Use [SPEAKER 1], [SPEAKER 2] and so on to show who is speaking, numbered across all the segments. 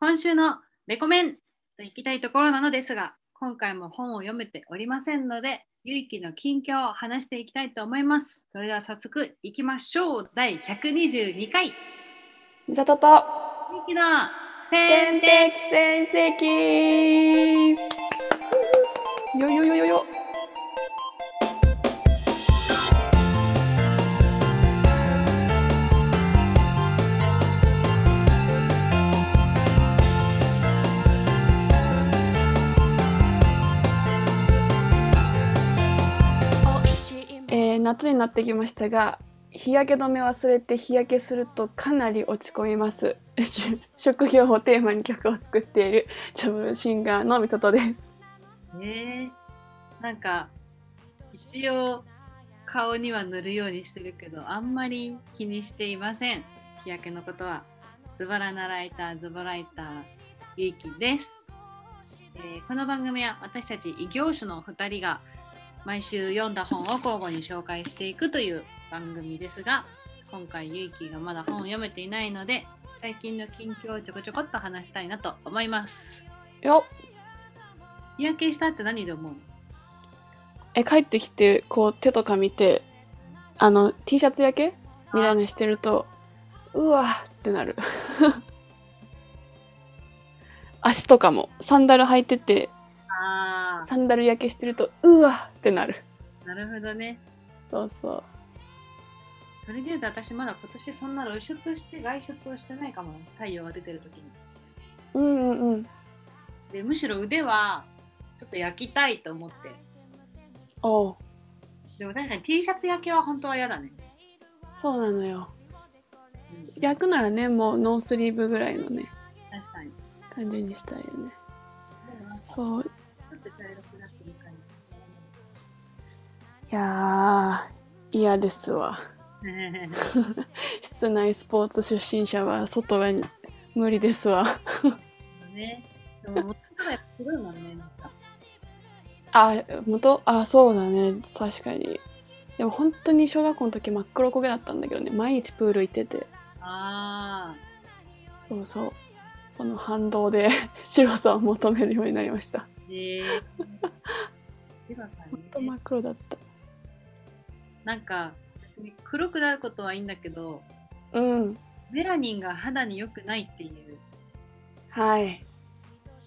[SPEAKER 1] 今週のレコメンといきたいところなのですが、今回も本を読めておりませんので、ゆいきの近況を話していきたいと思います。それでは早速いきましょう。第122回、ゆい
[SPEAKER 2] みさとと
[SPEAKER 1] きの
[SPEAKER 2] 天
[SPEAKER 1] 天敵
[SPEAKER 2] 敵戦績よよよよよえー夏になってきましたが日焼け止め忘れて日焼けするとかなり落ち込みます 職業をテーマに曲を作っているジョブシンガーのみさとです
[SPEAKER 1] ねえなんか一応顔には塗るようにしてるけどあんまり気にしていません日焼けのことはズボラなライターズボライターゆいきです、えーこの番組は私たち異業種の2人が毎週読んだ本を交互に紹介していくという番組ですが今回ゆいきがまだ本を読めていないので最近の近況をちょこちょこっと話したいなと思います
[SPEAKER 2] よ
[SPEAKER 1] 日焼けしたって何で思うの
[SPEAKER 2] え帰ってきてこう手とか見てあの T シャツ焼けみたいなのしてるとうわってなる 足とかもサンダル履いてて
[SPEAKER 1] あー
[SPEAKER 2] サンダル焼けしてるとうわってなる
[SPEAKER 1] なるほどね。
[SPEAKER 2] そうそう
[SPEAKER 1] それで言うと私まだ今年そんな露出して外出をしてないかも。太陽が出てる時に。
[SPEAKER 2] うんうんうん
[SPEAKER 1] で、むしろ腕はちょっと焼きたいと思って。
[SPEAKER 2] おう
[SPEAKER 1] でも確かに T シャツ焼けは本当は嫌だね。
[SPEAKER 2] そうなのよ
[SPEAKER 1] うん、
[SPEAKER 2] 焼くならねもうノースリーブぐらいのね
[SPEAKER 1] 確かに。
[SPEAKER 2] 感じにしたいよね
[SPEAKER 1] でもなんかちょ
[SPEAKER 2] そう
[SPEAKER 1] っと茶色くなってる感
[SPEAKER 2] いやー嫌ですわ
[SPEAKER 1] じ。
[SPEAKER 2] 室内スポーツ出身者は外は無理ですわ
[SPEAKER 1] ね。でも元からやっぱすごいもんね。なんか
[SPEAKER 2] あ元あそうだね確かにでも本当に小学校の時真っ黒焦げだったんだけどね毎日プール行ってて
[SPEAKER 1] あ
[SPEAKER 2] そうそうその反動で 白さを求めるようになりました
[SPEAKER 1] ー。えー。 ではさ
[SPEAKER 2] 本当真っ黒だった
[SPEAKER 1] なんか別に黒くなることはいいんだけど、
[SPEAKER 2] うん
[SPEAKER 1] メラニンが肌に良くないっていう
[SPEAKER 2] はい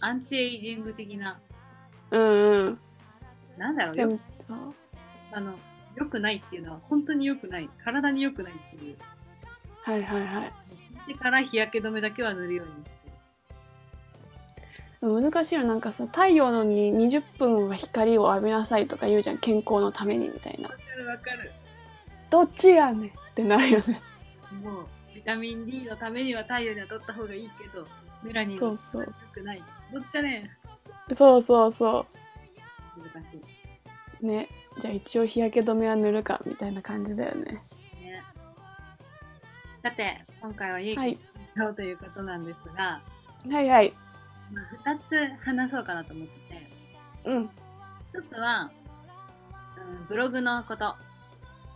[SPEAKER 1] アンチエイジング的な、
[SPEAKER 2] うんうん
[SPEAKER 1] なんだろう
[SPEAKER 2] で
[SPEAKER 1] よ、
[SPEAKER 2] もそう
[SPEAKER 1] あの、良くないっていうのは本当に良くない、体に良くないっていう。
[SPEAKER 2] はいはいはい
[SPEAKER 1] でから日焼け止めだけは塗るようにしてる。
[SPEAKER 2] 難しいのなんかさ太陽のに20分は光を浴びなさいとか言うじゃん健康のためにみたいな
[SPEAKER 1] わかる
[SPEAKER 2] どっちやねんってなるよ ね
[SPEAKER 1] わかる。もう、ビタミン D のためには太陽に当たった方がいいけど、メラニンは
[SPEAKER 2] そ
[SPEAKER 1] 良
[SPEAKER 2] うそう
[SPEAKER 1] くない。どっちゃね
[SPEAKER 2] そうそうそ
[SPEAKER 1] 難しい。
[SPEAKER 2] うねじゃあ一応日焼け止めは塗るかみたいな感じだよね
[SPEAKER 1] ね。さて、今回は有
[SPEAKER 2] は
[SPEAKER 1] 益
[SPEAKER 2] い
[SPEAKER 1] 今日ということなんですが、
[SPEAKER 2] はいはい
[SPEAKER 1] まあ、2つ話そうかなと思ってて、
[SPEAKER 2] うん
[SPEAKER 1] 一つは、うん、ブログのこと。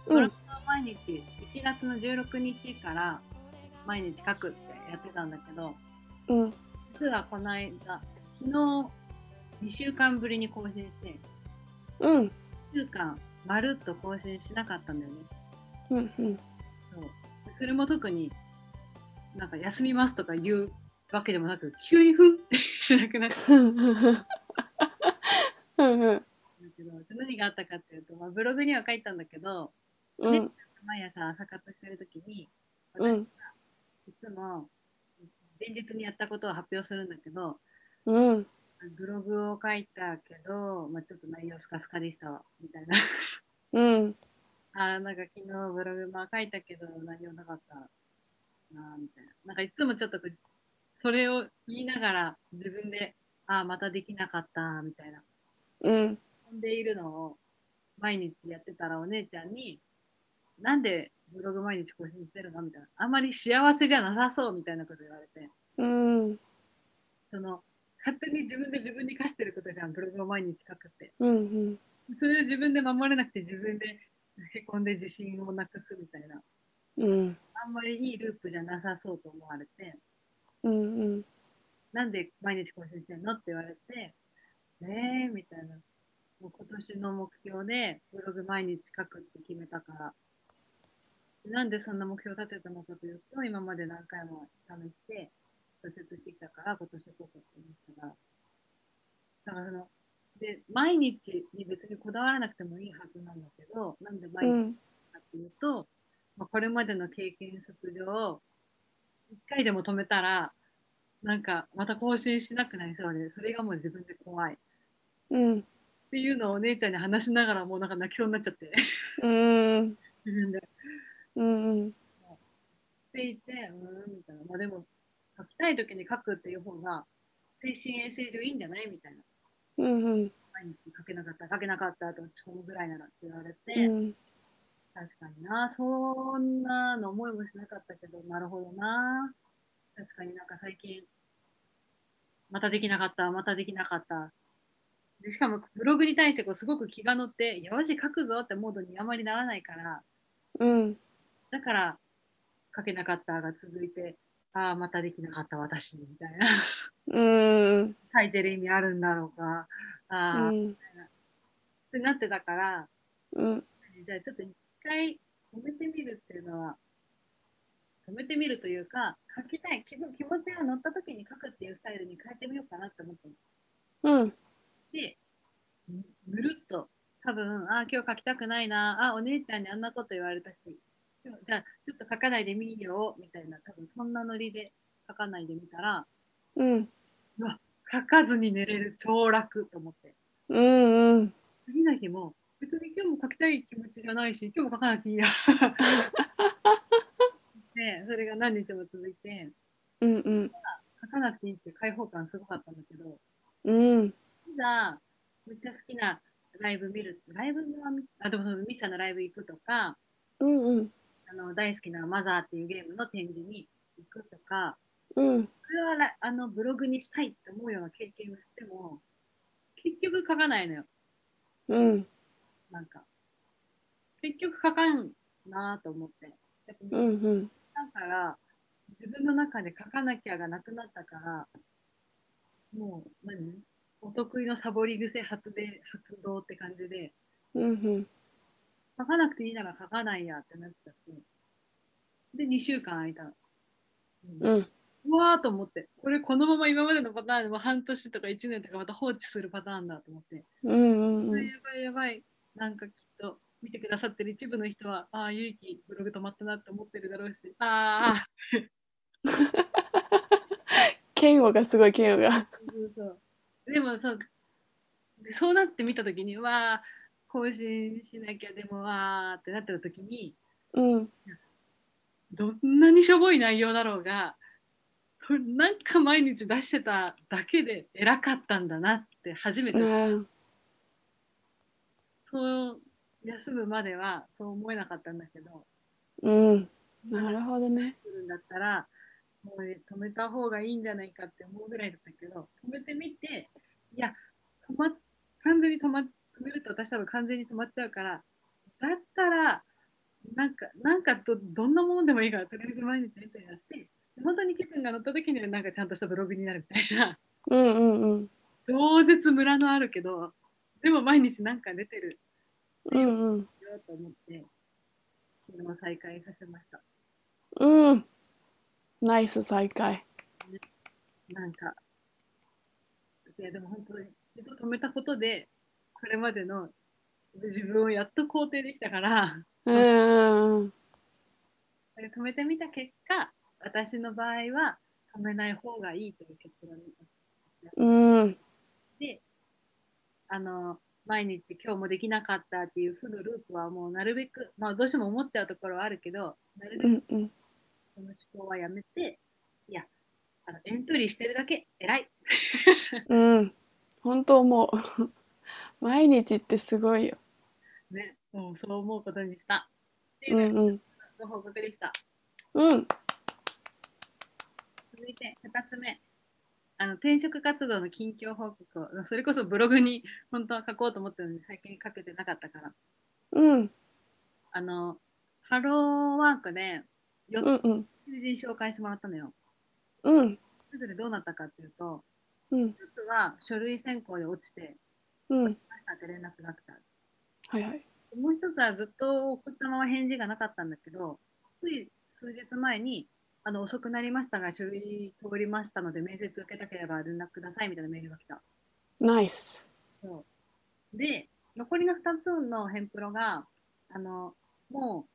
[SPEAKER 1] ブ
[SPEAKER 2] う
[SPEAKER 1] ロ
[SPEAKER 2] ん
[SPEAKER 1] グを毎日1月の16日から毎日書くってやってたんだけど、
[SPEAKER 2] うん
[SPEAKER 1] 実はこの間、昨日2週間ぶりに更新して、
[SPEAKER 2] うん
[SPEAKER 1] 1週間まるっと更新しなかったんだよね。
[SPEAKER 2] うんうん
[SPEAKER 1] そうそれも特になんか休みますとか言うわけでもなく、急にふんってしなくなっちゃっ
[SPEAKER 2] うんうん
[SPEAKER 1] たんだけど、何があったかっていうと、まあ、ブログには書いたんだけど、
[SPEAKER 2] うん
[SPEAKER 1] 毎朝朝活してるときに、
[SPEAKER 2] う
[SPEAKER 1] 私
[SPEAKER 2] ん
[SPEAKER 1] いつも前日にやったことを発表するんだけど、
[SPEAKER 2] うん
[SPEAKER 1] ブログを書いたけど、まあ、ちょっと内容スカスカでしたわ、みたいな。
[SPEAKER 2] うん
[SPEAKER 1] あーなんか昨日ブログ、まあ、書いたけど内容なかったな、みたいな。なんかいつもちょっとこうそれを言いながら自分で、ああ、またできなかった、みたいな。
[SPEAKER 2] うん
[SPEAKER 1] 飛んでいるのを毎日やってたらお姉ちゃんに、なんでブログ毎日更新してるのみたいな。あんまり幸せじゃなさそう、みたいなこと言われて。
[SPEAKER 2] うん
[SPEAKER 1] その勝手に自分で自分に課してることじゃん、ブログを毎日書くって。
[SPEAKER 2] うん
[SPEAKER 1] それを自分で守れなくて、自分でへこんで自信をなくすみたいな、
[SPEAKER 2] うんうん
[SPEAKER 1] あんまりいいループじゃなさそうと思われて、
[SPEAKER 2] うん
[SPEAKER 1] なんで毎日更新してんのって言われて、えー、みたいな。もう今年の目標でブログ毎日書くって決めたから、なんでそんな目標立てたのかというと、今まで何回も試して、挫折してきたから今年こうかって思ったら、だからその、で、毎日に別にこだわらなくてもいいはずなんだけど、なんで毎
[SPEAKER 2] う
[SPEAKER 1] 日
[SPEAKER 2] ん
[SPEAKER 1] かっていうと、まあ、これまでの経験則上、一回でも止めたら、なんかまた更新しなくなりそうで、それがもう自分で怖い。っ
[SPEAKER 2] うん
[SPEAKER 1] ていうのをお姉ちゃんに話しながらもうなんか泣きそうになっちゃって、
[SPEAKER 2] うん
[SPEAKER 1] 自分で。っ
[SPEAKER 2] うん
[SPEAKER 1] て言って、うーん、みたいな。まあでも、書きたい時に書くっていう方が、精神衛生上いいんじゃないみたいな。
[SPEAKER 2] うんうん
[SPEAKER 1] 毎日書けなかった、書けなかったと落ち込むぐらいならって言われて、
[SPEAKER 2] うん
[SPEAKER 1] 確かにな、そんなの思いもしなかったけど、なるほどな。確かになんか最近、またできなかった、またできなかった。でしかもブログに対してこうすごく気が乗って、よし、書くぞってモードにあまりならないから、
[SPEAKER 2] うん
[SPEAKER 1] だから、書けなかったが続いて、ああ、またできなかった私、みたいな。
[SPEAKER 2] うん
[SPEAKER 1] 書いてる意味あるんだろうか。ああ、ってなってたから、
[SPEAKER 2] うん
[SPEAKER 1] じゃあちょっと一回止めてみるっていうのは、止めてみるというか、書きたい気分、気持ちが乗った時に書くっていうスタイルに変えてみようかなって思って
[SPEAKER 2] うん
[SPEAKER 1] で、ぬぬるっと、多分、あー今日書きたくないな、あーお姉ちゃんにあんなこと言われたし、今日じゃあちょっと書かないでみよう、みたいな、多分そんなノリで書かないでみたら、
[SPEAKER 2] うん
[SPEAKER 1] 書かずに寝れる超楽と思って。
[SPEAKER 2] うん
[SPEAKER 1] 次の日も、別に今日も書きたい気持ちじゃないし、今日も書かなきゃいいや。で、それが何日も続いて、
[SPEAKER 2] うんうん
[SPEAKER 1] 書かなくていいっていう解放感すごかったんだけど、
[SPEAKER 2] うん
[SPEAKER 1] いざ、めっちゃ好きなライブ見る、ライブは見、あ、でもそのミシャのライブ行くとか、
[SPEAKER 2] うん
[SPEAKER 1] あの、大好きなマザーっていうゲームの展示に行くとか、
[SPEAKER 2] うん
[SPEAKER 1] これはラあの、ブログにしたいって思うような経験をしても、結局書かないのよ。
[SPEAKER 2] うん
[SPEAKER 1] なんか、結局書かんなぁと思って。やっぱ
[SPEAKER 2] うんうん
[SPEAKER 1] だから、自分の中で書かなきゃがなくなったから、もう何、お得意のサボり癖発で発動って感じで、
[SPEAKER 2] うん
[SPEAKER 1] 書かなくていいなら書かないやってなっちゃって。で、2週間空いたの。うん
[SPEAKER 2] うん
[SPEAKER 1] うわーと思って、これこのまま今までのパターンでも半年とか1年とかまた放置するパターンだと思って。
[SPEAKER 2] うんう
[SPEAKER 1] やばい
[SPEAKER 2] ん
[SPEAKER 1] やばい。なんかきっと見てくださってる一部の人は、ああ、勇気ブログ止まったなって思ってるだろうし、ああ、
[SPEAKER 2] ケンゴがすごいケンゴが
[SPEAKER 1] そうそうでもそう、でそうなってみたときに、わあ、更新しなきゃでもわあってなってたときに、
[SPEAKER 2] うん
[SPEAKER 1] どんなにしょぼい内容だろうが、これなんか毎日出してただけで偉かったんだなって初めて、
[SPEAKER 2] うん
[SPEAKER 1] そう休むまではそう思えなかったんだけど、
[SPEAKER 2] うんなるほどね
[SPEAKER 1] するんだったら、もう止めた方がいいんじゃないかって思うぐらいだったけど、止めてみて、いや、止ま完全に止ま止めると私多分完全に止まっちゃうから、だったら、なんか、なんかど、どんなものでもいいから、とりあえず毎日やってやって、本当に気分が乗った時にはなんかちゃんとしたブログになるみたいな、
[SPEAKER 2] うんうんうん
[SPEAKER 1] 超絶ムラのあるけど、でも毎日なんか出てる
[SPEAKER 2] うんうん
[SPEAKER 1] よと思って、昨日再開させました。
[SPEAKER 2] うんナイス再会
[SPEAKER 1] なんか、いやでも本当に一度止めたことで、これまでの自分をやっと肯定できたから、
[SPEAKER 2] うんうん
[SPEAKER 1] 止めてみた結果、私の場合は止めない方がいいという結論になっ
[SPEAKER 2] うん
[SPEAKER 1] て、あの、毎日今日もできなかったっていう負のループはもうなるべく、まあどうしても思っちゃうところはあるけど、なるべ
[SPEAKER 2] う
[SPEAKER 1] く
[SPEAKER 2] んうん
[SPEAKER 1] その思考はやめて、いや、あのエントリーしてるだけ偉い。
[SPEAKER 2] うん本当もう 毎日ってすごいよ
[SPEAKER 1] ね、もうそう思うことにした。っていううんのが
[SPEAKER 2] うん
[SPEAKER 1] ご報告でした。
[SPEAKER 2] うん
[SPEAKER 1] 続いて2つ目あの転職活動の近況報告をそれこそブログに本当は書こうと思ったのに最近書けてなかったから
[SPEAKER 2] うん
[SPEAKER 1] あのハローワークで
[SPEAKER 2] うんうん
[SPEAKER 1] 友人紹介してもらったのよ
[SPEAKER 2] うん
[SPEAKER 1] それぞれどうなったかっていうと、
[SPEAKER 2] うん
[SPEAKER 1] 一つは書類選考で落ちて、
[SPEAKER 2] うん
[SPEAKER 1] ましたって連絡が来た。
[SPEAKER 2] はいはい
[SPEAKER 1] もう一つはずっと送ったまま返事がなかったんだけど、つい数日前に、あの遅くなりましたが、書類通りましたので、面接受けたければ連絡くださいみたいなメールが来た。
[SPEAKER 2] ナイス
[SPEAKER 1] そうで、残りの2つの返プロが、あのも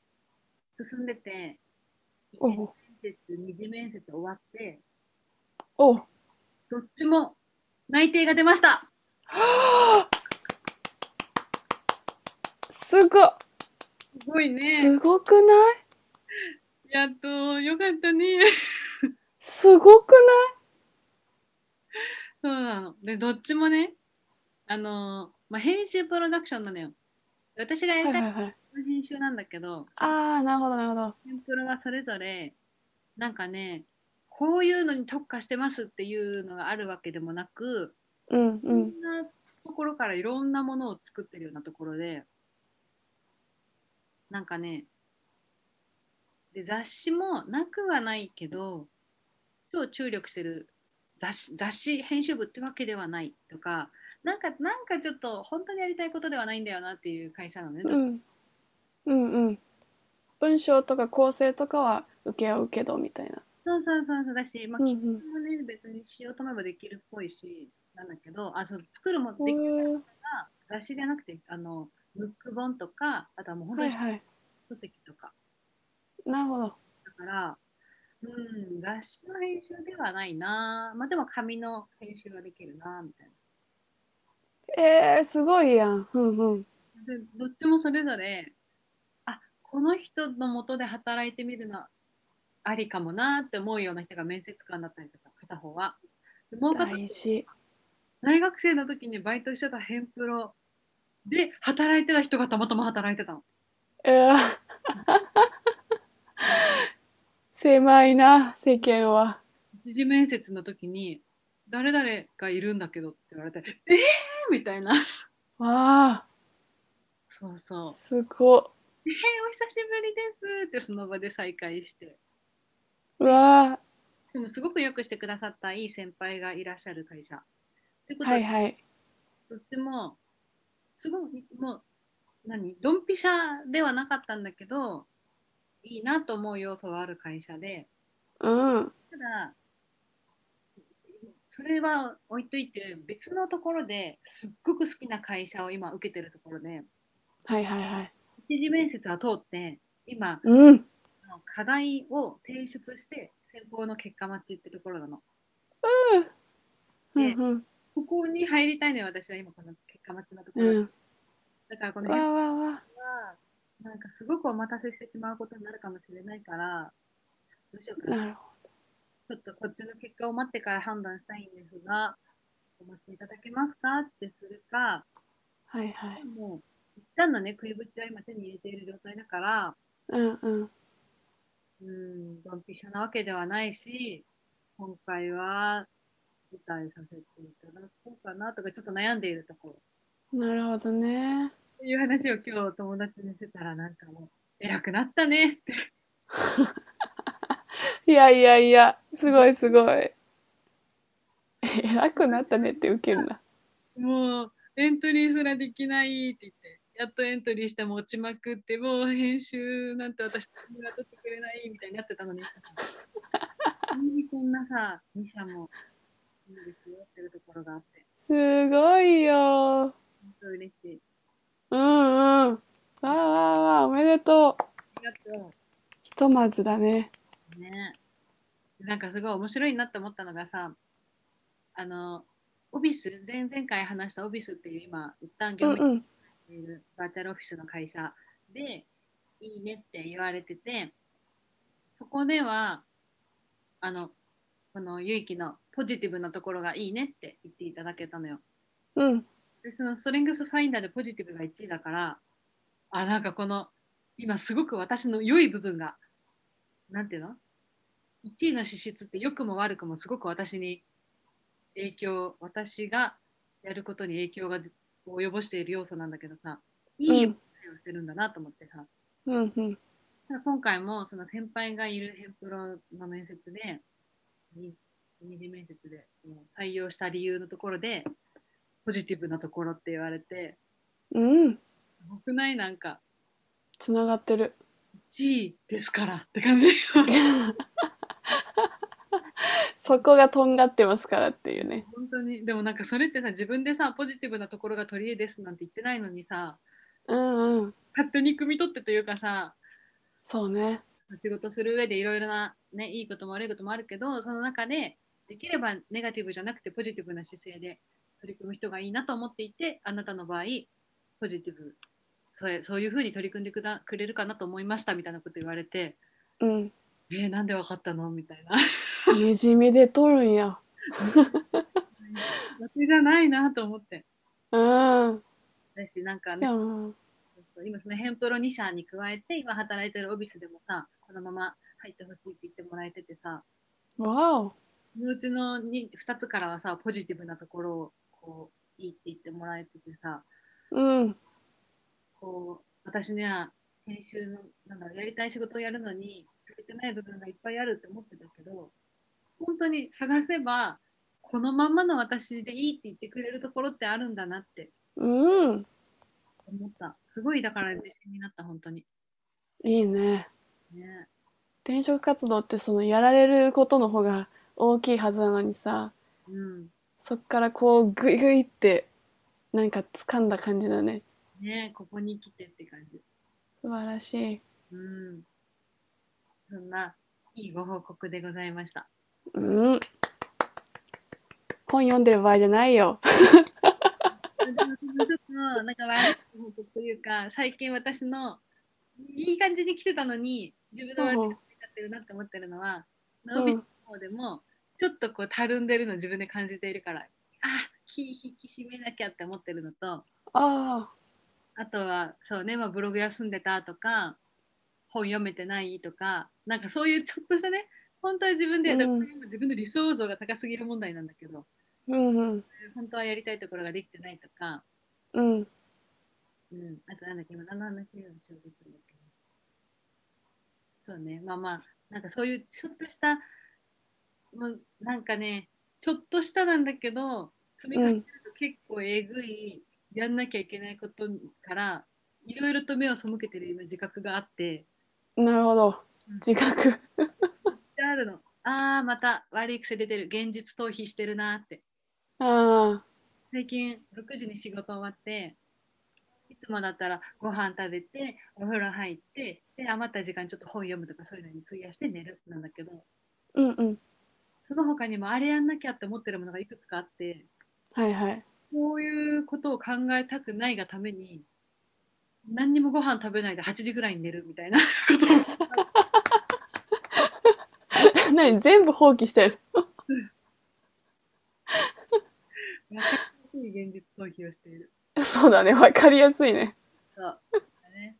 [SPEAKER 1] う進んでて、
[SPEAKER 2] お
[SPEAKER 1] 1
[SPEAKER 2] う
[SPEAKER 1] 面接、2次面接終わって、
[SPEAKER 2] おう
[SPEAKER 1] どっちも内定が出ました
[SPEAKER 2] すご
[SPEAKER 1] すごいね。
[SPEAKER 2] すごくない
[SPEAKER 1] やっと、よかったね。
[SPEAKER 2] すごく
[SPEAKER 1] そうなの。で、どっちもね、あのーまあ、編集プロダクションなのよ。私がや
[SPEAKER 2] な
[SPEAKER 1] り
[SPEAKER 2] い
[SPEAKER 1] た
[SPEAKER 2] はい
[SPEAKER 1] いの
[SPEAKER 2] はいはい
[SPEAKER 1] 編集なんだけど、
[SPEAKER 2] ああなるほどなるほど
[SPEAKER 1] 編プロはそれぞれ、なんかね、こういうのに特化してますっていうのがあるわけでもなく、
[SPEAKER 2] うん
[SPEAKER 1] いろ
[SPEAKER 2] うん
[SPEAKER 1] んなところからいろんなものを作ってるようなところで、なんかね、で雑誌もなくはないけど、超注力してる雑誌雑誌編集部ってわけではないとか、なんかなんかちょっと本当にやりたいことではないんだよなっていう会社なのね。
[SPEAKER 2] うんうんうん文章とか構成とかは受け合うけどみたいな
[SPEAKER 1] そうそうそうそうだし、まあ、
[SPEAKER 2] うんう
[SPEAKER 1] 企
[SPEAKER 2] ん
[SPEAKER 1] 画もね、別にしようと思えばできるっぽいし、なんだけど、あそう作るもできる
[SPEAKER 2] うん
[SPEAKER 1] 雑誌じゃなくて、あの、ムック本とか、あとはもう本当
[SPEAKER 2] はい
[SPEAKER 1] に
[SPEAKER 2] はい
[SPEAKER 1] 書籍とか。
[SPEAKER 2] なるほど
[SPEAKER 1] だから、うん、雑誌の編集ではないな。まあでも紙の編集はできるな、みたい
[SPEAKER 2] えー、すごいやんうんうん
[SPEAKER 1] な。で、どっちもそれぞれ、あ、この人の元で働いてみるのありかもなって思うような人が面接官だったりとか、片方は。でもう片方
[SPEAKER 2] 大事
[SPEAKER 1] 大学生の時にバイトしてたヘンプロで働いてた人がたまたま働いてたの。
[SPEAKER 2] えー狭いな世間は
[SPEAKER 1] 一次面接の時に、誰々がいるんだけどって言われて、えーみたいな。
[SPEAKER 2] わ
[SPEAKER 1] そうそう
[SPEAKER 2] あ。すご
[SPEAKER 1] えーお久しぶりですってその場で再会して
[SPEAKER 2] うわ
[SPEAKER 1] でもすごくよくしてくださったいい先輩がいらっしゃる会社ということで、
[SPEAKER 2] あはいはい
[SPEAKER 1] どっちもすごいもう何ドンピシャではなかったんだけどいいなと思う要素はある会社で
[SPEAKER 2] うん
[SPEAKER 1] ただそれは置いといて別のところですっごく好きな会社を今受けてるところで
[SPEAKER 2] はいはいはい
[SPEAKER 1] 一次面接は通って今
[SPEAKER 2] うん
[SPEAKER 1] の課題を提出して先方の結果待ちってところなの。
[SPEAKER 2] う
[SPEAKER 1] で
[SPEAKER 2] んうん
[SPEAKER 1] ここに入りたいのよ、私は今この結果待ちのところ。
[SPEAKER 2] うん
[SPEAKER 1] だからこの
[SPEAKER 2] わ
[SPEAKER 1] 役
[SPEAKER 2] あわあわあ
[SPEAKER 1] は、なんかすごくお待たせしてしまうことになるかもしれないから、どうしようかな。
[SPEAKER 2] なるほ
[SPEAKER 1] ちょっとこっちの結果を待ってから判断したいんですが、お待ちいただけますかってするか、
[SPEAKER 2] どはいはい
[SPEAKER 1] もう、一旦のね、食いぶちは今手に入れている状態だから、
[SPEAKER 2] うんうん
[SPEAKER 1] うーん、ドンピシャなわけではないし、今回は、舞台させていただこうかなとか、ちょっと悩んでいるところ。
[SPEAKER 2] なるほどね
[SPEAKER 1] っていう話を今日友達にしてたら、なんかもう、偉くなったねって。
[SPEAKER 2] いやいやいやすごいすごい偉くなったねってウケるな
[SPEAKER 1] もう、エントリーすらできないって言って、やっとエントリーしても落ちまくって、もう編集なんて私に渡ってくれないみたいになってたのに。急にこんなさ、2社も、いいですよってるところがあって、
[SPEAKER 2] すごいよ
[SPEAKER 1] 本当嬉しい。
[SPEAKER 2] うんうん。わあわあわあ、おめでとう。
[SPEAKER 1] ありがとう。
[SPEAKER 2] ひとまずだね。
[SPEAKER 1] ねなんかすごい面白いなって思ったのがさあのオフィス前々回話したオフィスっていう今一旦
[SPEAKER 2] う
[SPEAKER 1] 業
[SPEAKER 2] ん
[SPEAKER 1] 務
[SPEAKER 2] う
[SPEAKER 1] 員
[SPEAKER 2] ん。
[SPEAKER 1] しているバーチャルオフィスの会社でいいねって言われててそこではあのこのゆいきのポジティブなところがいいねって言っていただけたのよ
[SPEAKER 2] うん。
[SPEAKER 1] でそのストレングスファインダーでポジティブが1位だからあなんかこの今すごく私の良い部分がなんていうの ?1 位の資質って良くも悪くもすごく私に影響私がやることに影響がを及ぼしている要素なんだけどさいい
[SPEAKER 2] うん
[SPEAKER 1] 思いをしてるんだなと思ってさ、
[SPEAKER 2] うんうん。
[SPEAKER 1] ただ今回もその先輩がいるヘンプロの面接で、い二次面接でその採用した理由のところでポジティブなところって言われて
[SPEAKER 2] うん
[SPEAKER 1] 僕ないなんか
[SPEAKER 2] つながってる
[SPEAKER 1] 1位ですからって感じ
[SPEAKER 2] そこがとんがってますからっていうね
[SPEAKER 1] 本当にでもなんかそれってさ自分でさポジティブなところが取り柄ですなんて言ってないのにさ
[SPEAKER 2] うんうん
[SPEAKER 1] 勝手に汲み取ってというかさ
[SPEAKER 2] そうね
[SPEAKER 1] 仕事する上でいろいろな、ね、いいことも悪いこともあるけどその中でできればネガティブじゃなくてポジティブな姿勢で取り組む人がいいなと思っていてあなたの場合ポジティブそうやそういうふうに取り組んでくだくれるかなと思いましたみたいなこと言われて
[SPEAKER 2] うん
[SPEAKER 1] えー、なんでわかったのみたいな
[SPEAKER 2] ねじみでとるんや
[SPEAKER 1] 私じゃないなと思って
[SPEAKER 2] うん
[SPEAKER 1] だしなんか
[SPEAKER 2] し
[SPEAKER 1] ね
[SPEAKER 2] かも
[SPEAKER 1] 今そのヘンプロ2社に加えて今働いてるオフィスでもさこのまま入ってほしいって言ってもらえててさ、
[SPEAKER 2] わお
[SPEAKER 1] そのうちの 2, 2つからはさポジティブなところをこういいって言ってもらえててさ
[SPEAKER 2] うん
[SPEAKER 1] こう私には編集のなんだろうやりたい仕事をやるのに足りてない部分がいっぱいあるって思ってたけど本当に探せばこのまんまの私でいいって言ってくれるところってあるんだなって
[SPEAKER 2] うん
[SPEAKER 1] 思ったすごいだから自信になった本当に
[SPEAKER 2] いいね
[SPEAKER 1] ね
[SPEAKER 2] 転職活動ってそのやられることの方が大きいはずなのにさ
[SPEAKER 1] うん
[SPEAKER 2] そっからこうグイグイってなんか掴んだ感じだね
[SPEAKER 1] ねここに来てって感じ
[SPEAKER 2] 素晴らしい
[SPEAKER 1] うんそんないいご報告でございました
[SPEAKER 2] うん本読んでる場合じゃないよ
[SPEAKER 1] でもちょっとなんか悪い報告というか最近私のいい感じに来てたのに自分の悪いことになってるなって思ってるのは
[SPEAKER 2] ん
[SPEAKER 1] 伸びの方でもちょっとこうたるんでるの自分で感じているからあ気引き締めなきゃって思ってるのと
[SPEAKER 2] ああ
[SPEAKER 1] あとはそうね、まあ、ブログ休んでたとか本読めてないとかなんかそういうちょっとしたね本当は自分で、
[SPEAKER 2] うん
[SPEAKER 1] だからこれも自分の理想像が高すぎる問題なんだけど
[SPEAKER 2] うんうん
[SPEAKER 1] 本当はやりたいところができてないとか
[SPEAKER 2] うん
[SPEAKER 1] うん、あとなんだっけ、今何の話をしようとしたんだっけな。そうね、まあまあ、なんかそういうちょっとした、もうなんかね、ちょっとしたなんだけど、積み重ねると結構えぐい、やんなきゃいけないことから、いろいろと目を背けてる今自覚があって、
[SPEAKER 2] なるほど
[SPEAKER 1] うん
[SPEAKER 2] 自覚
[SPEAKER 1] であるの。ああ、また悪い癖出てる、現実逃避してるなーって。
[SPEAKER 2] ああ
[SPEAKER 1] 最近6時に仕事終わっていつもだったらご飯食べてお風呂入ってで余った時間ちょっと本読むとかそういうのに費やして寝るなんだけど
[SPEAKER 2] うんうん
[SPEAKER 1] その他にもあれやんなきゃって思ってるものがいくつかあって
[SPEAKER 2] はいはい
[SPEAKER 1] こういうことを考えたくないがために何にもご飯食べないで8時ぐらいに寝るみたいなことを
[SPEAKER 2] 何全部放棄してる
[SPEAKER 1] 分かりやすい現実逃避をしている
[SPEAKER 2] そうだねわかりやすいね
[SPEAKER 1] そう、ね、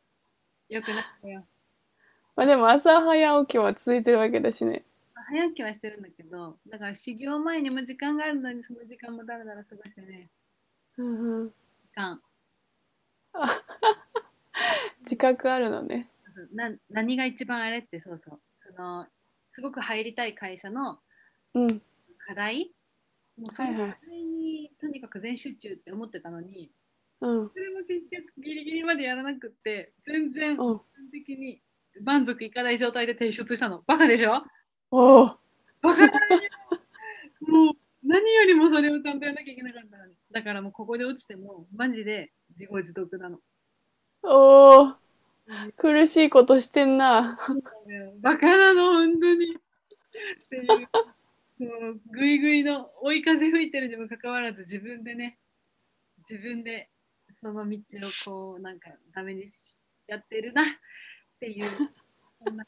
[SPEAKER 1] よくないこれは
[SPEAKER 2] まあでも朝早起きは続いてるわけだしね
[SPEAKER 1] 早起きはしてるんだけどだから修行前にも時間があるのにその時間もだらだら過ごしてね
[SPEAKER 2] うんうん
[SPEAKER 1] 時間
[SPEAKER 2] 自覚あるのね
[SPEAKER 1] な何が一番あれってそうそうそのすごく入りたい会社の
[SPEAKER 2] うん
[SPEAKER 1] 課題もうその課
[SPEAKER 2] はいはい
[SPEAKER 1] 題にとにかく全集中って思ってたのに
[SPEAKER 2] うん
[SPEAKER 1] それも結局ギリギリまでやらなくって全然
[SPEAKER 2] うん
[SPEAKER 1] 完璧に満足いかない状態で提出したのバカでしょ
[SPEAKER 2] おお
[SPEAKER 1] バカだよもう何よりもそれをちゃんとやらなきゃいけなかったのにだからもうここで落ちてもマジで自業自得なの
[SPEAKER 2] おお苦しいことしてんな
[SPEAKER 1] バカなの、本当に。っていう、もうぐいぐいの追い風吹いてるにもかかわらず、自分でね、自分でその道をこう、なんか、ダメにしやってるなっていう、そんな、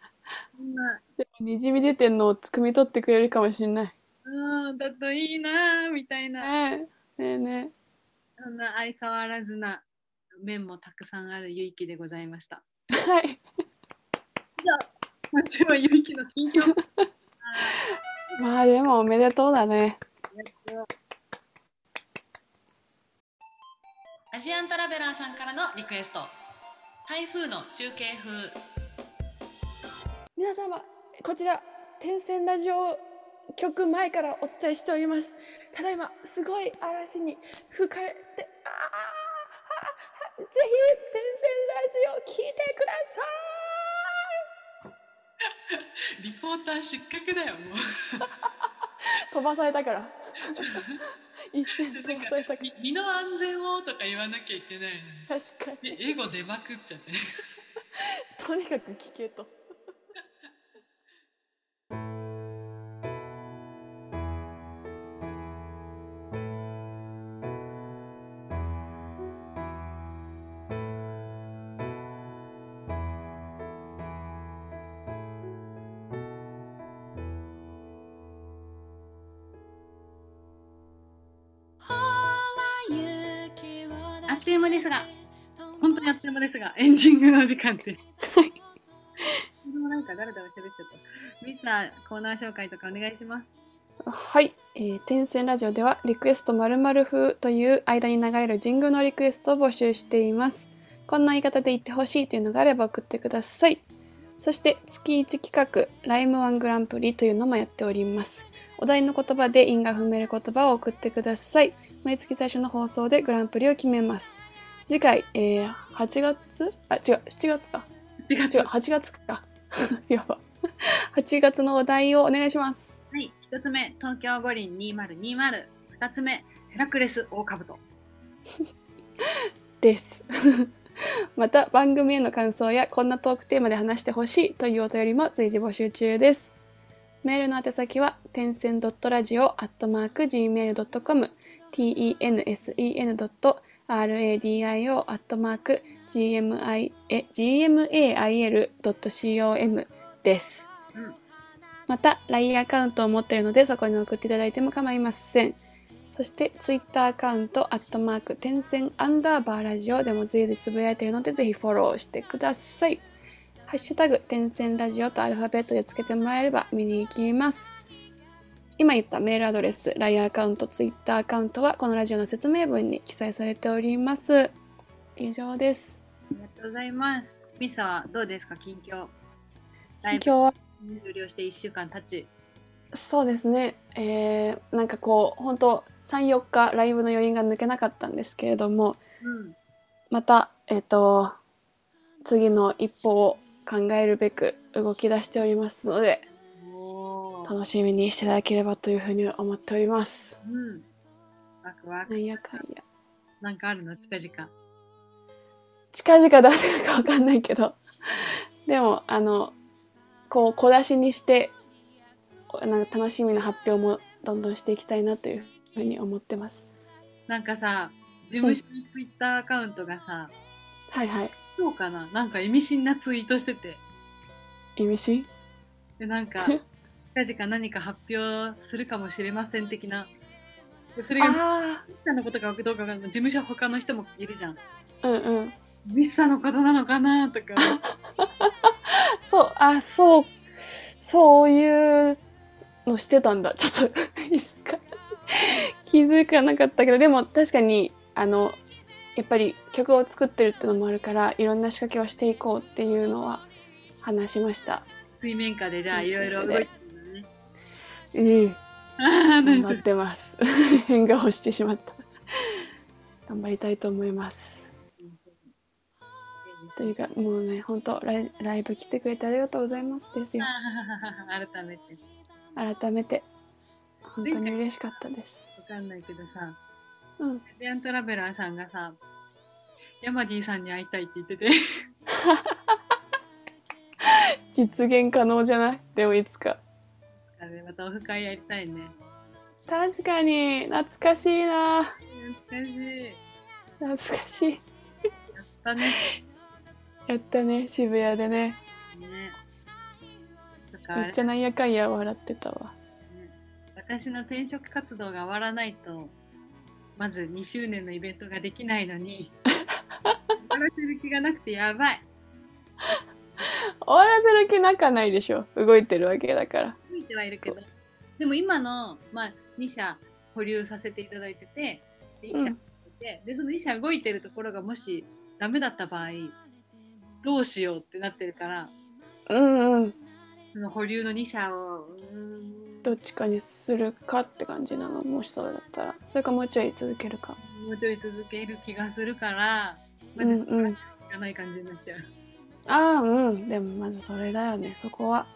[SPEAKER 1] そんな、
[SPEAKER 2] でもにじみ出てんのをつくみ取ってくれるかもしれない
[SPEAKER 1] うん、だといいな、みたいな、
[SPEAKER 2] ねえねえね
[SPEAKER 1] そんな相変わらずな面もたくさんあるゆいきでございました。
[SPEAKER 2] えはい
[SPEAKER 1] 今週はゆいきの近況
[SPEAKER 2] まあでもおめでとうだね
[SPEAKER 1] アジアントラベラーさんからのリクエスト台風の中継風
[SPEAKER 2] 皆様こちら天線ラジオ曲前からお伝えしておりますただいますごい嵐に吹かれてあーあーぜひ天線ラジオ聞いてくださ
[SPEAKER 3] リポーター失格だよもう
[SPEAKER 2] い飛ばされたから一瞬飛ばされたか
[SPEAKER 3] み身の安全をとか言わなきゃいけないのに
[SPEAKER 2] ら確かに
[SPEAKER 3] えエゴ出まくっちゃって
[SPEAKER 2] とにかく聞けと。
[SPEAKER 1] あっという間ですが、 本当にあっという間ですが、エンディングの時間です。これもなんかだらだら喋っちゃった。ミスさん、コーナー紹介とかお願いします。
[SPEAKER 2] はい、えー、天線ラジオではリクエストまるまる風という間に流れるジングルのリクエストを募集しています。こんな言い方で言ってほしいというのがあれば送ってください。そして月1企画ライムワングランプリというのもやっております。お題の言葉で因果踏める言葉を送ってください。毎月最初の放送でグランプリを決めます。次回、えー、8月あ違う7月か
[SPEAKER 1] 違う
[SPEAKER 2] 違う8月か やば8月のお題をお願いします。
[SPEAKER 1] はい、一つ目、東京五輪2020。二つ目、ヘラクレス大兜。
[SPEAKER 2] です。 また番組への感想やこんなトークテーマで話してほしいというお便りも随時募集中です。メールの宛先は点線 .radio.gmail.com tensen.radio.gmail.com です。
[SPEAKER 1] うん
[SPEAKER 2] また LINE アカウントを持っているのでそこに送っていただいても構いません。そしてツイッターアカウント、アットマーク、点線アンダーバーラジオでも随時つぶやいているので、ぜひフォローしてください。ハッシュタグ、点線ラジオとアルファベットでつけてもらえれば見に行きます。今言ったメールアドレス、LINE アカウント、ツイッターアカウントは、このラジオの説明文に記載されております。以上です。
[SPEAKER 1] ありがとうございます。ミサはどうですか、近況。ライブ
[SPEAKER 2] 今日は、
[SPEAKER 1] 終了して1週間経ち。
[SPEAKER 2] そうですね、えー、なんかこう、本当3、4日ライブの余韻が抜けなかったんですけれども、
[SPEAKER 1] うん。
[SPEAKER 2] また、えっと次の一歩を考えるべく動き出しておりますので
[SPEAKER 1] おー
[SPEAKER 2] 楽しみにしていただければというふうに思っております。
[SPEAKER 1] うん。ワクワ
[SPEAKER 2] な
[SPEAKER 1] ク。
[SPEAKER 2] んやかんや
[SPEAKER 1] なんかあるの、近々。
[SPEAKER 2] 近々出せるかわかんないけど でもあのこう小出しにしてなんか楽しみな発表もどんどんしていきたいなというふうに思ってます。
[SPEAKER 1] なんかさ、事務所のツイッターアカウントがさ、
[SPEAKER 2] はいはい
[SPEAKER 1] そうかななんか意味深なツイートしてて。
[SPEAKER 2] 意味し
[SPEAKER 1] で、なんか、 近々何か発表するかもしれません的な。でそれがミ
[SPEAKER 2] あ
[SPEAKER 1] スさんのことかどうかが事務所他の人もいるじゃん。
[SPEAKER 2] あうんうん
[SPEAKER 1] ミスさんのことなのかな とか。
[SPEAKER 2] そう、あ、そう、そういうのしてたんだ。ち ょっといいっすか、気づかなかったけど、でも確かに、あの、やっぱり曲を作ってるってのもあるから、いろんな仕掛けをしていこうっていうのは話しました。
[SPEAKER 1] 水面下でじゃあいろいろ動いてるのね。
[SPEAKER 2] うん、
[SPEAKER 1] ああ、 な
[SPEAKER 2] 頑
[SPEAKER 1] ん
[SPEAKER 2] 張っ
[SPEAKER 1] か
[SPEAKER 2] てます。 変顔してしまった。頑張りたいと思います。というか、もうね、本当ライライブ来てくれてありがとうございますですよ。
[SPEAKER 1] 改めて。
[SPEAKER 2] 改めて、本当に嬉しかったです。
[SPEAKER 1] わかんないけどさ、
[SPEAKER 2] うん。
[SPEAKER 1] レディアントラベラーさんがさ、ヤマディさんに会いたいって言ってて。
[SPEAKER 2] 実現可能じゃないでもいつか
[SPEAKER 1] あれまたオフ会やりたいね。
[SPEAKER 2] 確かに懐かしいな
[SPEAKER 1] 懐かしい。や
[SPEAKER 2] 懐かしい
[SPEAKER 1] ったね。
[SPEAKER 2] やったね渋谷でね
[SPEAKER 1] ね。とか、
[SPEAKER 2] めっちゃなんやかんや笑ってたわ
[SPEAKER 1] 私の転職活動が終わらないと、まず2周年のイベントができないの に、終わらせる気がなくてやばい。
[SPEAKER 2] 終わらせる気なかないでしょ動いてるわけだから
[SPEAKER 1] 動いてはいるけど。でも今の、まあ、2社保留させていただいてて、で1
[SPEAKER 2] う
[SPEAKER 1] 社
[SPEAKER 2] ん
[SPEAKER 1] ででその2社動いてるところがもしダメだった場合、どうしようってなってるから、
[SPEAKER 2] うんうん
[SPEAKER 1] その保留の2社を、うーん
[SPEAKER 2] どっちかにするかって感じなのもしそれだったらそれかもうちょい続けるか
[SPEAKER 1] もうちょい続ける気がするから、ま
[SPEAKER 2] うんう
[SPEAKER 1] だ
[SPEAKER 2] ん
[SPEAKER 1] いかない感じになっちゃう。
[SPEAKER 2] ああうんでもまずそれだよねそこは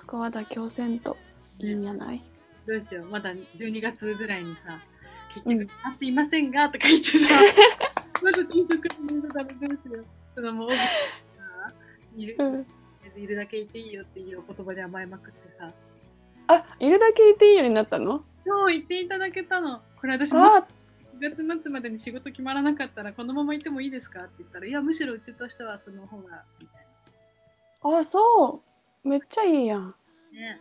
[SPEAKER 2] そこは妥協せんといいんじゃない
[SPEAKER 1] どうしよう、まだ12月ぐらいにさ、結局決まっていませんが、とか言 ってさ、まだ転職の面からどうしよう。そのもう、小渕さいる
[SPEAKER 2] うん
[SPEAKER 1] いるだけいていいよっていうお言葉で甘えまくってさ、
[SPEAKER 2] あいるだけいていいようになったの
[SPEAKER 1] 今日言っていただけたの。これ私も
[SPEAKER 2] あ
[SPEAKER 1] 9月末までに仕事決まらなかったらこのまま行ってもいいですかって言ったら、いや、むしろうちとしてはその方が、みたい
[SPEAKER 2] ーあそうめっちゃいいやん
[SPEAKER 1] な。ね。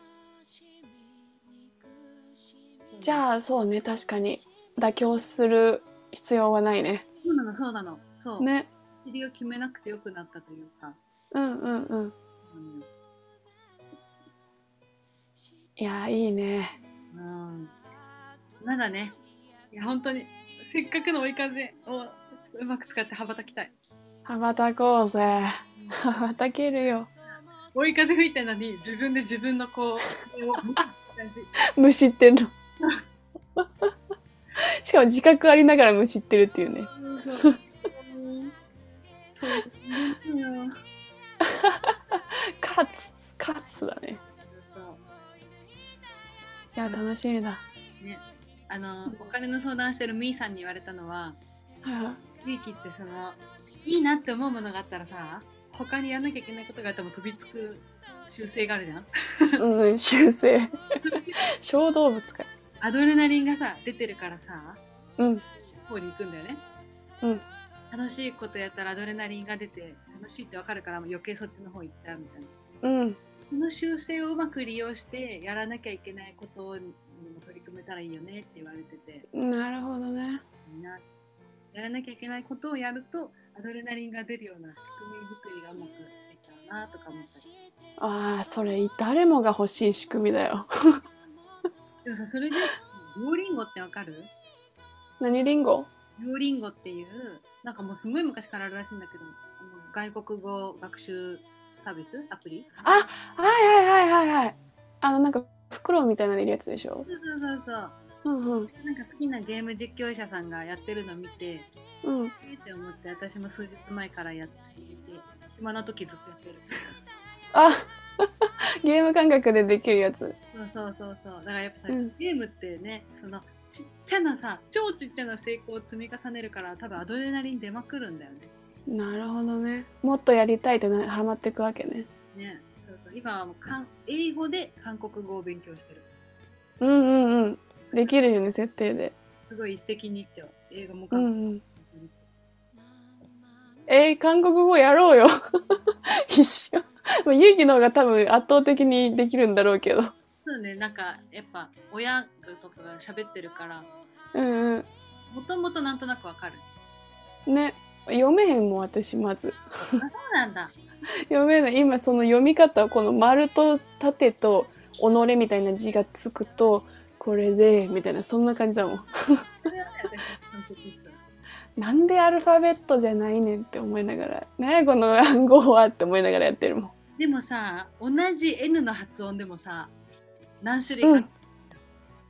[SPEAKER 2] じゃあそうね確かに妥協する必要はないね
[SPEAKER 1] そうなの、そうなの。そう。
[SPEAKER 2] ね
[SPEAKER 1] 尻を決めなくてよくなったというか。
[SPEAKER 2] うんうんうん
[SPEAKER 1] うん
[SPEAKER 2] いやーいいね
[SPEAKER 1] うんまだね、いや本当にせっかくの追い風をちょっとうまく使って羽ばたきたい。
[SPEAKER 2] 羽ばたこうぜ 羽ばたけるよ
[SPEAKER 1] 追い風吹いたのに自分で自分のこう、を感じ
[SPEAKER 2] 無視ってん のしかも自覚ありながら無視ってるっていうね
[SPEAKER 1] うんそううんそううんそう
[SPEAKER 2] カツカツだねいや楽しみだ
[SPEAKER 1] あのお金の相談してるみーさんに言われたのは、
[SPEAKER 2] はいはい
[SPEAKER 1] 勇気ってそのいいなって思うものがあったらさ、他にやらなきゃいけないことがあっても飛びつく習性があるじゃん。
[SPEAKER 2] うんうん修正小動物か
[SPEAKER 1] アドレナリンがさ出てるからさ、
[SPEAKER 2] うん
[SPEAKER 1] 方に行くんだよね。
[SPEAKER 2] うん
[SPEAKER 1] 楽しいことやったらアドレナリンが出て楽しいってわかるから余計そっちの方行ったみたいな。
[SPEAKER 2] うん
[SPEAKER 1] その習性をうまく利用してやらなきゃいけないことにも取り組めたらいいよねって言われてて、
[SPEAKER 2] なるほどね
[SPEAKER 1] いいなやらなきゃいけないことをやるとアドレナリンが出るような仕組み作りがうまくできたらなとか思ったり。
[SPEAKER 2] あーそれ誰もが欲しい仕組みだよ
[SPEAKER 1] でもさ それで両リンゴってわかる
[SPEAKER 2] 何リンゴ
[SPEAKER 1] ヨーリンゴっていう、なんかもうすごい昔からあるらしいんだけど、あの外国語学習サービスアプリ
[SPEAKER 2] はいはいはいはいはいあのなんか袋みたいなのいるやつでしょ
[SPEAKER 1] そうそうそうそう。
[SPEAKER 2] うんうん
[SPEAKER 1] なんか好きなゲーム実況者さんがやってるの見て、
[SPEAKER 2] うん
[SPEAKER 1] えーって思って、私も数日前からやっていて、暇な時ずっとやってる。
[SPEAKER 2] あ ゲーム感覚でできるやつ
[SPEAKER 1] そうそうそうそう。だからやっぱさ、
[SPEAKER 2] うん
[SPEAKER 1] ゲームってね、そのちっちゃなさ、超ちっちゃな成功を積み重ねるから、多分アドレナリン出まくるんだよね。
[SPEAKER 2] なるほどねもっとやりたいってなハマってくわけね
[SPEAKER 1] ね。そうそう今はもう韓英語で韓国語を勉強してる。
[SPEAKER 2] うんうんうんできるよね設定です
[SPEAKER 1] ごい一石二鳥。英語も
[SPEAKER 2] う
[SPEAKER 1] 韓国も
[SPEAKER 2] んうんえー、韓国語やろうよ 一緒まあ勇気の方が多分圧倒的にできるんだろうけど
[SPEAKER 1] そうね、なんかやっぱ親とかが喋ってるから、
[SPEAKER 2] うんう
[SPEAKER 1] もともとなんとなくわかる。
[SPEAKER 2] んね読めへんもん私まず
[SPEAKER 1] そうなんだ。
[SPEAKER 2] 読めない今その読み方この丸と縦と己みたいな字がつくとこれでみたいなそんな感じだもん
[SPEAKER 1] それはね私完璧です
[SPEAKER 2] なんでアルファベットじゃないねんって思いながら何やこの暗号はって思いながらやってるもん
[SPEAKER 1] でもさ、同じ N の発音でもさ、何種類
[SPEAKER 2] う
[SPEAKER 1] か、
[SPEAKER 2] ん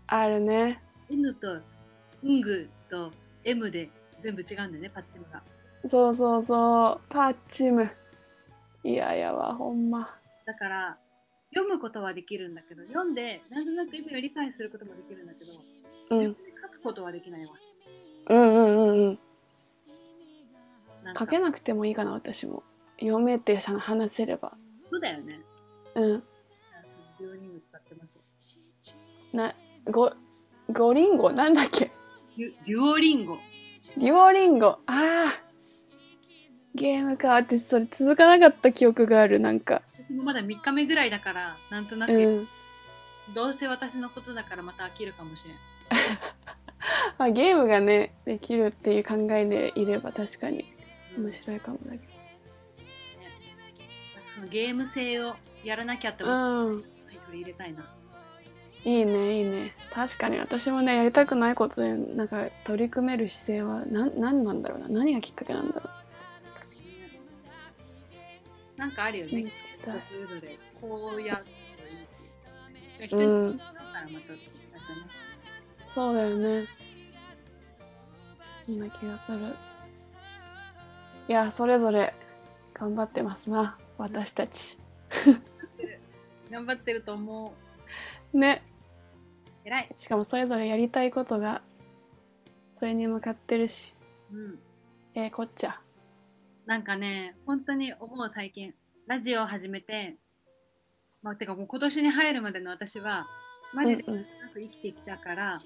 [SPEAKER 2] あるね
[SPEAKER 1] N とングと M で全部違うんだよね、パッチムが。
[SPEAKER 2] そうそうそうパッチムいやいやわほんま
[SPEAKER 1] だから、読むことはできるんだけど、読んで、なんとなく意味を理解することもできるんだけど、
[SPEAKER 2] う
[SPEAKER 1] 自分
[SPEAKER 2] ん
[SPEAKER 1] で書くことはできないわ。
[SPEAKER 2] うんうんうんうん
[SPEAKER 1] なん
[SPEAKER 2] 書
[SPEAKER 1] か
[SPEAKER 2] けなくてもいいかな私も読めてさ話せれば
[SPEAKER 1] そうだよね。
[SPEAKER 2] うん
[SPEAKER 1] 病人を使ってます。
[SPEAKER 2] なごごりんごなんだっけ
[SPEAKER 1] デュデュオリンゴ。
[SPEAKER 2] デュオリンゴあーゲームか私それ続かなかった記憶があるなんか
[SPEAKER 1] 私もまだ3日目ぐらいだから、なんとなく、
[SPEAKER 2] うん、
[SPEAKER 1] どうせ私のことだからまた飽きるかもしれん。
[SPEAKER 2] まあ、ゲームがねできるっていう考えでいれば確かに面白いかもだけど
[SPEAKER 1] そのゲーム性をやらなきゃって思って、
[SPEAKER 2] うん
[SPEAKER 1] タイトル入れたいな。
[SPEAKER 2] いいねいいね確かに私もねやりたくないことでなんか取り組める姿勢はなん何なんだろうな何がきっかけなんだろ
[SPEAKER 1] なんかあるよ
[SPEAKER 2] う
[SPEAKER 1] ね
[SPEAKER 2] 見。つけたい
[SPEAKER 1] それぞれこうやるといいって人
[SPEAKER 2] う
[SPEAKER 1] に聞い
[SPEAKER 2] ん、
[SPEAKER 1] たからまた違ったね。
[SPEAKER 2] そうだよね。そんな気がする。いや、それぞれ頑張ってますな、私たち。
[SPEAKER 1] 頑張ってると思う。
[SPEAKER 2] ね、
[SPEAKER 1] 偉い。
[SPEAKER 2] しかもそれぞれやりたいことが、それに向かってるし、
[SPEAKER 1] うん。
[SPEAKER 2] えー、こっちゃ。
[SPEAKER 1] なんかね、本当に思う体験。ラジオを始めて、まあ、てかもう今年に入るまでの私は、マジで
[SPEAKER 2] うん
[SPEAKER 1] なく生きてきたから、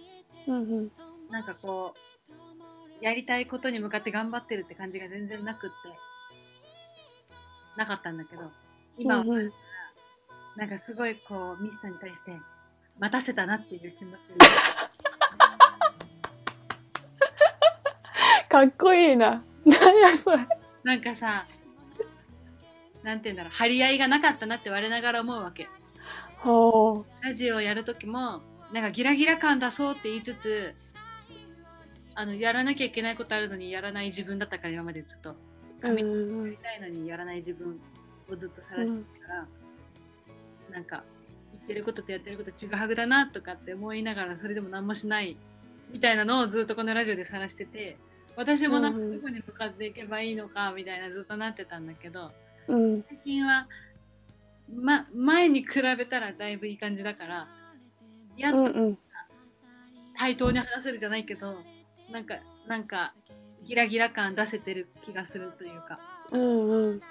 [SPEAKER 2] うん、うんうん、
[SPEAKER 1] なんかこう、やりたいことに向かって頑張ってるって感じが全然なくって、なかったんだけど、今は
[SPEAKER 2] うんうん
[SPEAKER 1] なんかすごいこう、ミスさんに対して、待たせたなっていう気持ちに。
[SPEAKER 2] かっこいいな。 なんやそれ。
[SPEAKER 1] なんかさ、なんて言うんだろう、張り合いがなかったなって我ながら思うわけ。
[SPEAKER 2] ほ
[SPEAKER 1] ラジオやるときも、なんかギラギラ感出そうって言いつつ、あの、やらなきゃいけないことあるのにやらない自分だったから今までずっと。
[SPEAKER 2] う。うんうんう
[SPEAKER 1] やり
[SPEAKER 2] ん。
[SPEAKER 1] たいのにやらない自分をずっと晒してたから、なんか、言ってることとやってることちぐはぐだなとかって思いながら、それでも何もしないみたいなのをずっとこのラジオで晒してて、私もなんか
[SPEAKER 2] うんうん
[SPEAKER 1] どこに向かっていけばいいのかみたいなずっとなってたんだけど、
[SPEAKER 2] うん、
[SPEAKER 1] 最近は、ま、前に比べたらだいぶいい感じだからやっ
[SPEAKER 2] う
[SPEAKER 1] と
[SPEAKER 2] ん、うん。
[SPEAKER 1] 対等に話せるじゃないけどなんかなんかギラギラ感出せてる気がするというか
[SPEAKER 2] うんうん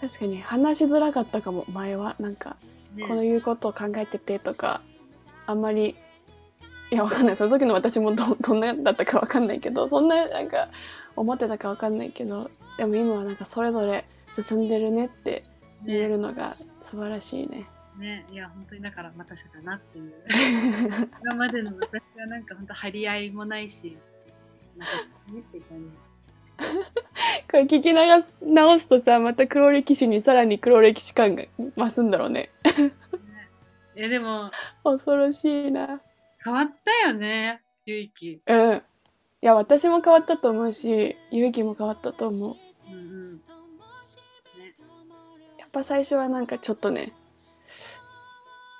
[SPEAKER 2] 確かに話しづらかったかも前はなんか
[SPEAKER 1] ね
[SPEAKER 2] こういうことを考えててとかあんまりいやわかんないその時の私もど どんなだったかわかんないけどそんななんか思ってたかわかんないけどでも今はなんかそれぞれ進んでるねって言え
[SPEAKER 1] ね
[SPEAKER 2] るのが素晴らしいね。
[SPEAKER 1] ねいや本当にだから待たせたなっていう 今までの私はなんか本当張り合いもないしなんかねって感じ
[SPEAKER 2] これ聞きなが直すとさまた黒歴史にさらに黒歴史感が増すんだろうね。
[SPEAKER 1] いやでも
[SPEAKER 2] 恐ろしいな。
[SPEAKER 1] 変わったよねゆいき
[SPEAKER 2] うん。いや、私も変わったと思うし、ゆうきも変わったと思う。
[SPEAKER 1] うんうん
[SPEAKER 2] やっぱ最初はなんかちょっとね、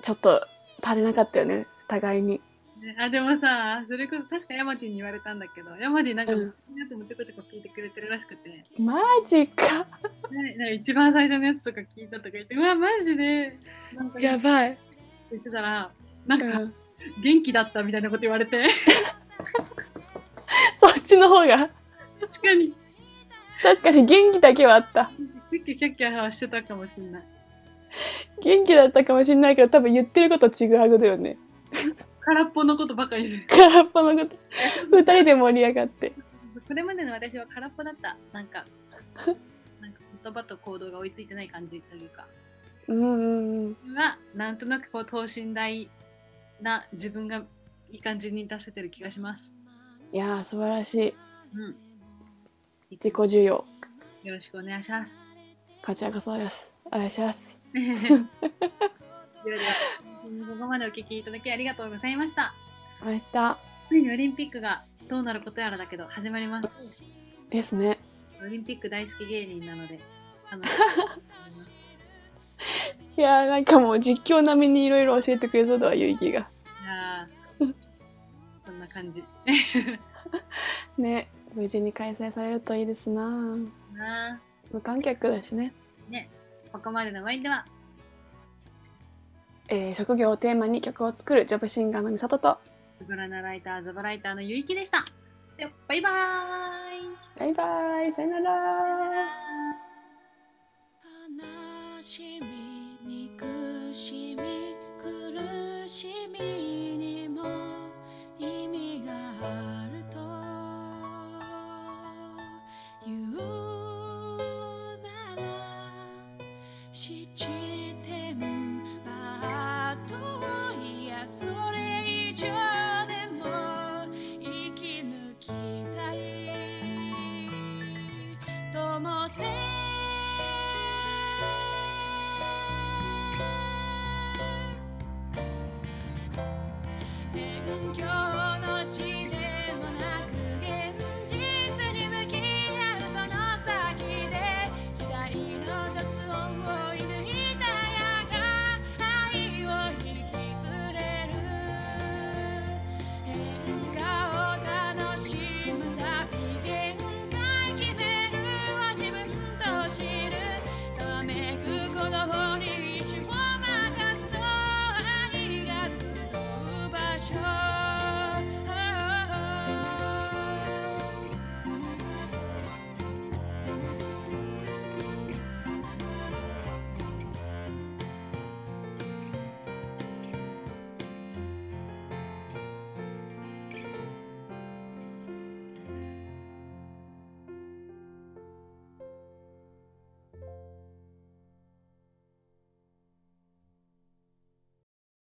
[SPEAKER 2] ちょっと足りなかったよね、互いに。
[SPEAKER 1] ねあでもさそれこそ確かヤマティに言われたんだけどヤマティなんか、
[SPEAKER 2] うん
[SPEAKER 1] みんなともちょこちょこ聞いてくれてるらしくて、ね、
[SPEAKER 2] マジか。
[SPEAKER 1] なんか一番最初のやつとか聞いたとか言ってうわマジでなんか言っ
[SPEAKER 2] ばい。
[SPEAKER 1] てたらなん
[SPEAKER 2] う
[SPEAKER 1] か
[SPEAKER 2] ん。
[SPEAKER 1] 元気だったみたいなこと言われて
[SPEAKER 2] そっちの方が、
[SPEAKER 1] 確かに
[SPEAKER 2] 確かに元気だけはあった。
[SPEAKER 1] キャッキャキャッキャはしてたかもしんない
[SPEAKER 2] 元気だったかもしんないけど、多分言ってることちぐはぐだよね。
[SPEAKER 1] 空っぽのことばかりで
[SPEAKER 2] 空っぽのこと。二人で盛り上がって。
[SPEAKER 1] これまでの私は空っぽだったなんかなんか言葉と行動が追いついてない感じというか
[SPEAKER 2] うんうんうん。
[SPEAKER 1] はなんとなくこう等身大な自分がいい感じに出せてる気がします。
[SPEAKER 2] いやー、素晴らしい。
[SPEAKER 1] うん。
[SPEAKER 2] 自己需要。
[SPEAKER 1] よろしくお願いし ます。
[SPEAKER 2] こちらこそです。お願いします。
[SPEAKER 1] ではではここまでお聞きいただきありがとうございました。
[SPEAKER 2] お会いした。
[SPEAKER 1] ついにオリンピックがどうなることやらだけど始まります。
[SPEAKER 2] ですね。
[SPEAKER 1] オリンピック大好き芸人なので。あ の
[SPEAKER 2] いやーなんかもう実況並みにいろいろ教えてくれそうだわゆいきが
[SPEAKER 1] いやーそんな感じ。
[SPEAKER 2] ね無事に開催されるといいですなぁ
[SPEAKER 1] なあ
[SPEAKER 2] 無観客だしね、
[SPEAKER 1] ね、ここまでのワインでは
[SPEAKER 2] えー職業をテーマに曲を作るジョブシンガーの美里と
[SPEAKER 1] ズボラなライターズボライターのゆいきでした。ではバイバーイ
[SPEAKER 2] バイバイさよなら
[SPEAKER 1] 拜。